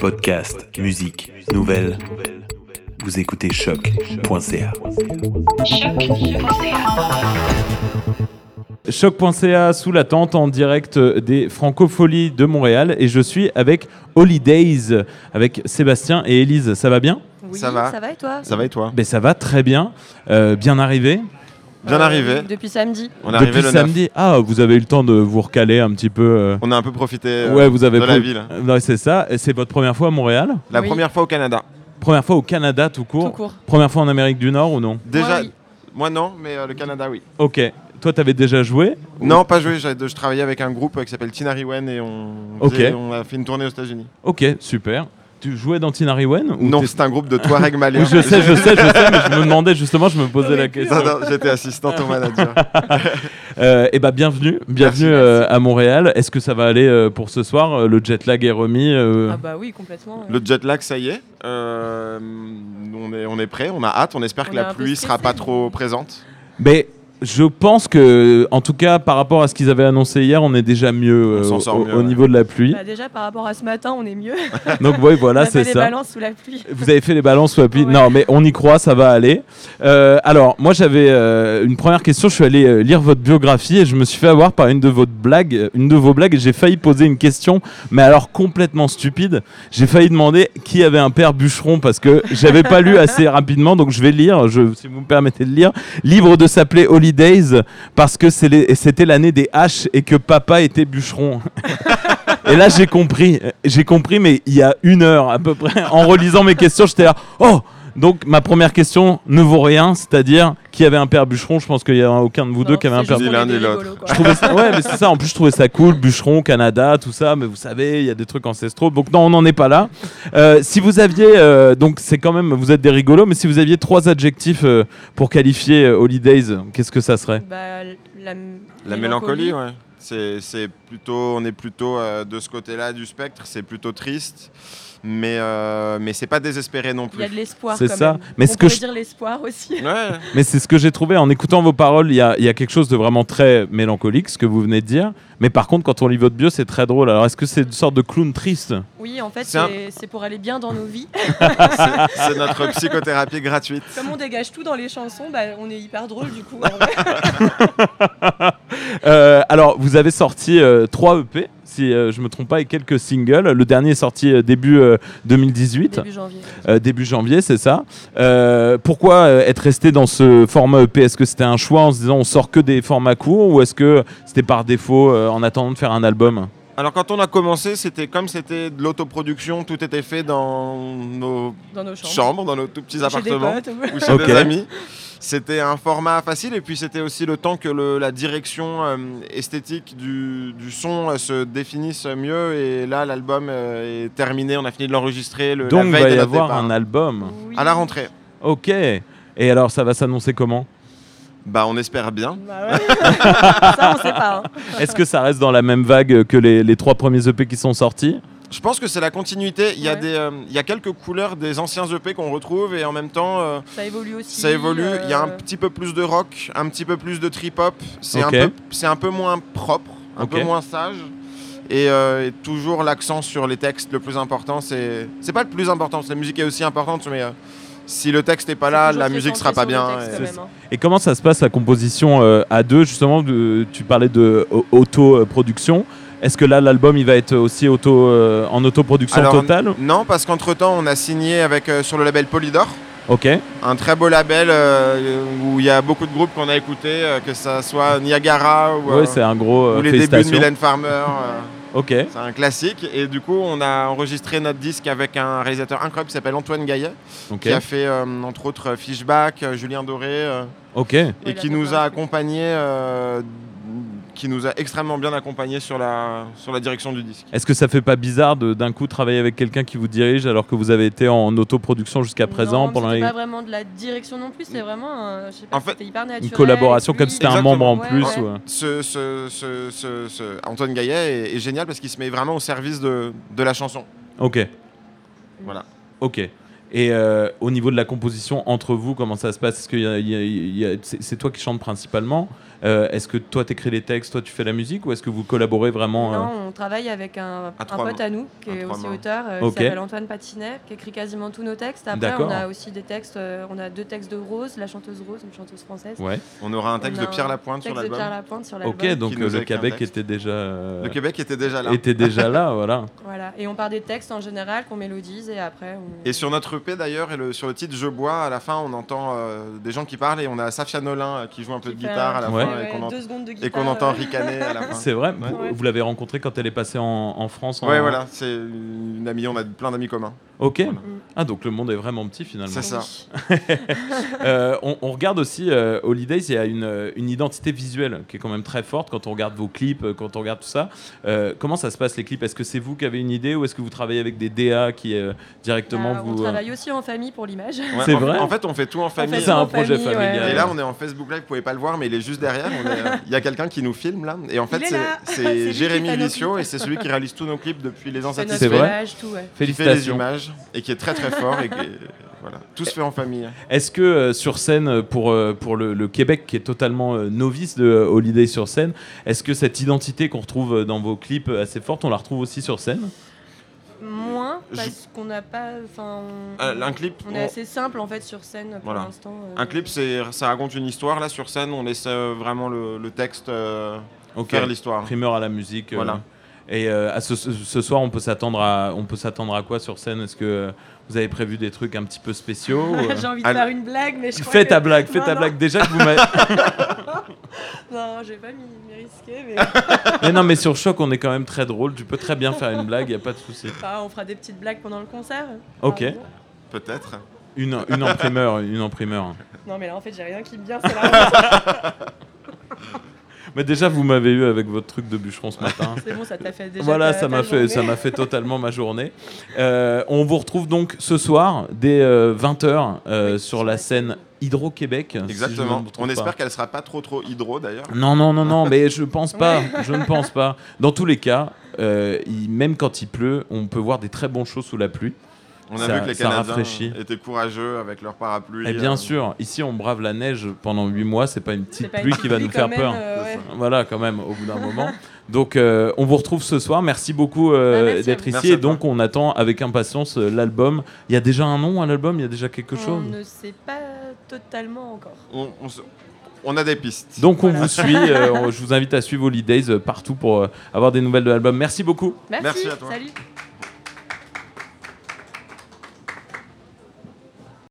Podcast, musique, nouvelles. Vous écoutez choc.ca. Choc.ca sous la tente en direct des Francopholies de Montréal et je suis avec Holidays, avec Sébastien et Élise. Ça va bien Oui, Ça va. Ça va et toi Ça va et toi ben, Ça va très bien. Euh, bien arrivé. Bien Euh, arrivé. Depuis samedi. On est arrivé Depuis le 9. samedi. Ah, vous avez eu le temps de vous recaler un petit peu. euh. On a un peu profité euh, ouais, vous avez de la pris- ville. Euh, non, c'est ça. Et C'est votre première fois à Montréal La Oui. première fois au Canada. Première fois au Canada tout court Tout court. Première fois en Amérique du Nord ou non Déjà, Moi, oui. moi non, mais euh, le Canada oui. Ok. Toi, t'avais déjà joué Non, pas joué. j'ai- Je travaillais avec un groupe euh, qui s'appelle Tinariwen et on, Ok. faisait- on a fait une tournée aux États-Unis. Ok, super. Tu jouais dans Tinariwen ou Non, t'es- c'est un groupe de Touareg maliens. Oui, je sais, je sais, je sais, mais je me demandais justement, je me posais la Oui, plus. question. Non, non, J'étais assistant au manager. Euh, eh ben, bienvenue, Merci, bienvenue euh, à Montréal. Est-ce que ça va aller euh, pour ce soir Euh, Le jet lag est remis. euh, Ah bah oui, complètement. Le jet lag, ça y est. Euh, on est, on est prêt, on a hâte. On espère On que est un la peu pluie sera stressé. pas trop présente. Mais je pense que, en tout cas, par rapport à ce qu'ils avaient annoncé hier, on est déjà mieux, On euh, s'en sort au, mieux, au ouais. niveau de la pluie. Bah, déjà par rapport à ce matin, on est mieux. Donc oui, voilà, on a fait c'est des ça. balances sous la pluie. Vous avez fait les balances soit puis Ouais. Non, mais on y croit, ça va aller. Euh, alors, moi, j'avais euh, une première question. Je suis allé euh, lire votre biographie et je me suis fait avoir par une de votre blagues, euh, une de vos blagues. et J'ai failli poser une question, mais alors complètement stupide. J'ai failli demander qui avait un père bûcheron parce que j'avais pas lu assez rapidement. Donc, je vais lire. Je, si vous me permettez de lire, livre de s'appeler Holidays parce que c'est les- c'était l'année des haches et que papa était bûcheron. Et là, j'ai compris. J'ai compris, mais il y a une heure à peu près, en relisant mes questions, j'étais là. Oh Donc, ma première question ne vaut rien, c'est-à-dire qui avait un père bûcheron Je pense qu'il n'y a aucun de vous deux qui avait un père juste- bûcheron. Ni l'un ni l'autre. Je trouvais ça- ouais, mais c'est ça. En plus, je trouvais ça cool, bûcheron, Canada, tout ça. Mais vous savez, il y a des trucs ancestraux. Donc, non, on n'en est pas là. Euh, si vous aviez. euh, donc, c'est quand même. Vous êtes des rigolos, mais si vous aviez trois adjectifs euh, pour qualifier euh, Holidays, qu'est-ce que ça serait Bah, la, La mélancolie, ouais. C'est, c'est plutôt, on est plutôt euh, de ce côté-là du spectre. C'est plutôt triste, mais euh, mais c'est pas désespéré non Il plus. y a de l'espoir. C'est quand ça. même. Mais ce on que pourrait je- dire l'espoir aussi. Ouais. Mais c'est ce que j'ai trouvé en écoutant vos paroles. Il y a, il y a quelque chose de vraiment très mélancolique, ce que vous venez de dire. Mais par contre, quand on lit votre bio, c'est très drôle. Alors, est-ce que c'est une sorte de clown triste Oui, en fait, C'est un- c'est c'est pour aller bien dans nos vies. C'est- C'est notre psychothérapie gratuite. Comme on dégage tout dans les chansons, bah, on est hyper drôle du coup. en vrai. Euh, Alors, vous avez sorti euh, trois EP, si euh, je me trompe pas, et quelques singles. Le dernier est sorti euh, début euh, 2018, Début janvier. euh, début janvier, c'est ça. Euh, pourquoi euh, être resté dans ce format EP Est-ce que c'était un choix en se disant on sort que des formats courts ou est-ce que c'était par défaut euh, en attendant de faire un album Alors quand on a commencé, c'était comme c'était de l'autoproduction, tout était fait dans nos Dans nos chambres. chambres, dans nos tout petits Chez des appartements potes, ouais. ou chez Ok. des amis. C'était un format facile et puis c'était aussi le temps que le- la direction euh, esthétique du, du son euh, se définisse mieux et là l'album euh, est terminé, on a fini de l'enregistrer le, Donc, il la veille va de y notre avoir départ. un album. Oui. à la rentrée. Ok. Et alors, ça va s'annoncer comment Bah on espère bien. Bah ouais. ça, on sait pas. hein. Est-ce que ça reste dans la même vague que les, les trois premiers EP qui sont sortis Je pense que c'est la continuité. Il y, a Ouais. des, euh, il y a quelques couleurs des anciens EP qu'on retrouve et en même temps euh, Ça évolue aussi. Ça évolue, il y a un euh, petit peu plus de rock, un petit peu plus de trip-hop, c'est Ok. un, peu- c'est un peu moins propre, un Ok. peu moins sage, et, euh, et toujours l'accent sur les textes, le plus important, c'est... C'est pas le plus important, parce que la musique est aussi importante, mais euh, si le texte n'est pas c'est Ah là, toujours la très musique centré sera pas sur le bien. texte, et- quand même, hein. Et comment ça se passe la composition euh, à deux Justement, de- tu parlais de au- auto-production. Est-ce que là, l'album, il va être aussi auto, euh, en autoproduction Alors, totale Non, parce qu'entre-temps, on a signé avec, euh, sur le label Polydor, Ok. un très beau label euh, où il y a beaucoup de groupes qu'on a écoutés, euh, que ça soit Niagara ou, Ouais, euh, c'est un gros. ou euh, les débuts de félicitations. Mylène Farmer. euh, Ok. C'est un classique et du coup on a enregistré notre disque avec un réalisateur incroyable qui s'appelle Antoine Gaillet Ok. qui a fait euh, entre autres euh, Fishback, euh, Julien Doré euh, Ok. Oui, la et qui nous a copain. accompagnés, euh, qui nous a extrêmement bien accompagnés sur la, sur la direction du disque. Est-ce que ça fait pas bizarre de d'un coup travailler avec quelqu'un qui vous dirige alors que vous avez été en autoproduction jusqu'à présent non, pendant c'était les- pas vraiment de la direction non plus, c'est vraiment euh, je sais pas, En fait, c'était hyper naturel. une collaboration et comme fluide. si c'était un Exactement. membre en Ouais, plus ouais. ou, euh, Ce, ce- ce- ce- ce- Antoine Gaillet est, est génial parce qu'il se met vraiment au service de, de la chanson. Ok. Voilà. Ok. Et euh, au niveau de la composition entre vous, comment ça se passe Est-ce que y a- y a- y a- c'est c'est toi qui chantes principalement Euh, Est-ce que toi t'écris les textes, toi tu fais la musique, ou est-ce que vous collaborez vraiment euh, Non, on travaille avec un, un trois pote mains. à nous qui À est trois aussi mains. auteur, euh, Ok. qui s'appelle Antoine Patinet, qui écrit quasiment tous nos textes. Après, D'accord. on a aussi des textes, euh, on a deux textes de Rose, la chanteuse Rose, une chanteuse française. Ouais. On aura un texte On a de Pierre un Lapointe sur Texte de l'album. Pierre Lapointe sur l'album. Ok, donc Qui nous euh, a le écrit un Québec texte. était déjà euh, Le Québec était déjà là. était déjà là, voilà. Voilà. Et on part des textes en général qu'on mélodise et après on. Et sur notre EP d'ailleurs, et le- sur le titre Je bois, à la fin on entend euh, des gens qui parlent et on a Safia Nolin euh, qui joue un peu de Qui fait guitare à la un- Ouais. fin et Ouais, qu'on ent- deux secondes de et guitare, qu'on entend euh, ricaner à la fin. C'est vrai, Ouais. vous, vous l'avez rencontrée quand elle est passée en, en France en- Ouais, voilà, c'est une amie, on a plein d'amis communs. Ok. Voilà. Ah, donc le monde est vraiment petit finalement. C'est ça. Euh, on, on regarde aussi euh, Holidays, il y a une, euh, une identité visuelle qui est quand même très forte quand on regarde vos clips, euh, quand on regarde tout ça. Euh, comment ça se passe les clips Est-ce que c'est vous qui avez une idée ou est-ce que vous travaillez avec des DA qui euh, directement Ah, vous. On euh, travaille aussi en famille pour l'image. Ouais, C'est en- vrai En fait, on fait tout en famille. fait C'est en un projet famille, ouais. familial. Et là, on est en Facebook Live, vous pouvez pas le voir, mais il est juste derrière. on est, euh, Il y a quelqu'un qui nous filme là. Et en fait, Il est c'est- là. C'est lui c'est qui Jérémy fait nos Vissio clips. et c'est celui qui réalise tous nos clips depuis Les C'est Insatisfaits. C'est notre vrai image, tout. ouais. Qui fait les Félicitations. images et qui est très très fort. et qui- voilà, tout se fait en famille. Est-ce que euh, sur scène, euh, pour, euh, pour le, le Québec qui est totalement euh, novice de euh, Holiday sur scène, est-ce que cette identité qu'on retrouve euh, dans vos clips euh, assez forte, on la retrouve aussi sur scène Moins Je- parce qu'on n'a pas. Enfin. on- Euh, un clip, On on- est assez simple en fait sur scène pour Voilà. l'instant. euh. Un clip, c'est, ça raconte une histoire. Là, sur scène, on laisse euh, vraiment le, le texte euh, Ok. faire l'histoire. primeur à la musique. euh, Voilà. Et euh, à ce, ce soir, on peut s'attendre à, on peut s'attendre à quoi sur scène Est-ce que euh, vous avez prévu des trucs un petit peu spéciaux ou, euh J'ai envie de Alors- faire une blague, mais je crois Fais que- ta blague, fais Non, ta non. blague. Déjà que vous m'avez- Non, je vais pas m'y m'y risquer, mais mais non, mais sur choc, on est quand même très drôle. Tu peux très bien faire une blague, y a pas de souci. enfin, on fera des petites blagues pendant le concert. Ok. Par exemple. Peut-être. Une, une en primeur, une en primeur. Non, mais là en fait, j'ai rien qui me vient, c'est la honte. Mais déjà, vous m'avez eu avec votre truc de bûcheron ce matin. C'est bon, ça t'a fait déjà. Voilà, ta- ça ta m'a fait, journée. ça m'a fait totalement ma journée. Euh, on vous retrouve donc ce soir dès euh, 20h Oui, euh, sur la scène Hydro-Québec. si je ne me Exactement. on trompe pas. espère qu'elle sera pas trop trop hydro d'ailleurs. Non, non, non, non, mais je pense pas. Je ne pense pas. Dans tous les cas, euh, il- même quand il pleut, on peut voir des très bons shows sous la pluie. On a Ça- vu que les ça Canadiens rafraîchit. étaient courageux avec leur parapluie. Et bien euh, sûr, ici on brave la neige pendant 8 mois, c'est pas une C'est petite pas une pluie petite qui va nous faire quand même, peur. euh, ouais. Voilà, quand même, au bout d'un moment. Donc, euh, on vous retrouve ce soir. Merci beaucoup euh, Bah, merci à d'être vous. ici. Merci à Et donc, on attend avec impatience euh, l'album. Il y a déjà un nom à l'album Il y a déjà quelque On chose ne sait pas totalement encore. On, on se- on a des pistes. Donc, on Voilà. vous suit. euh, on- je vous invite à suivre Holidays euh, partout pour euh, avoir des nouvelles de l'album. Merci beaucoup. Merci, Merci à toi. salut.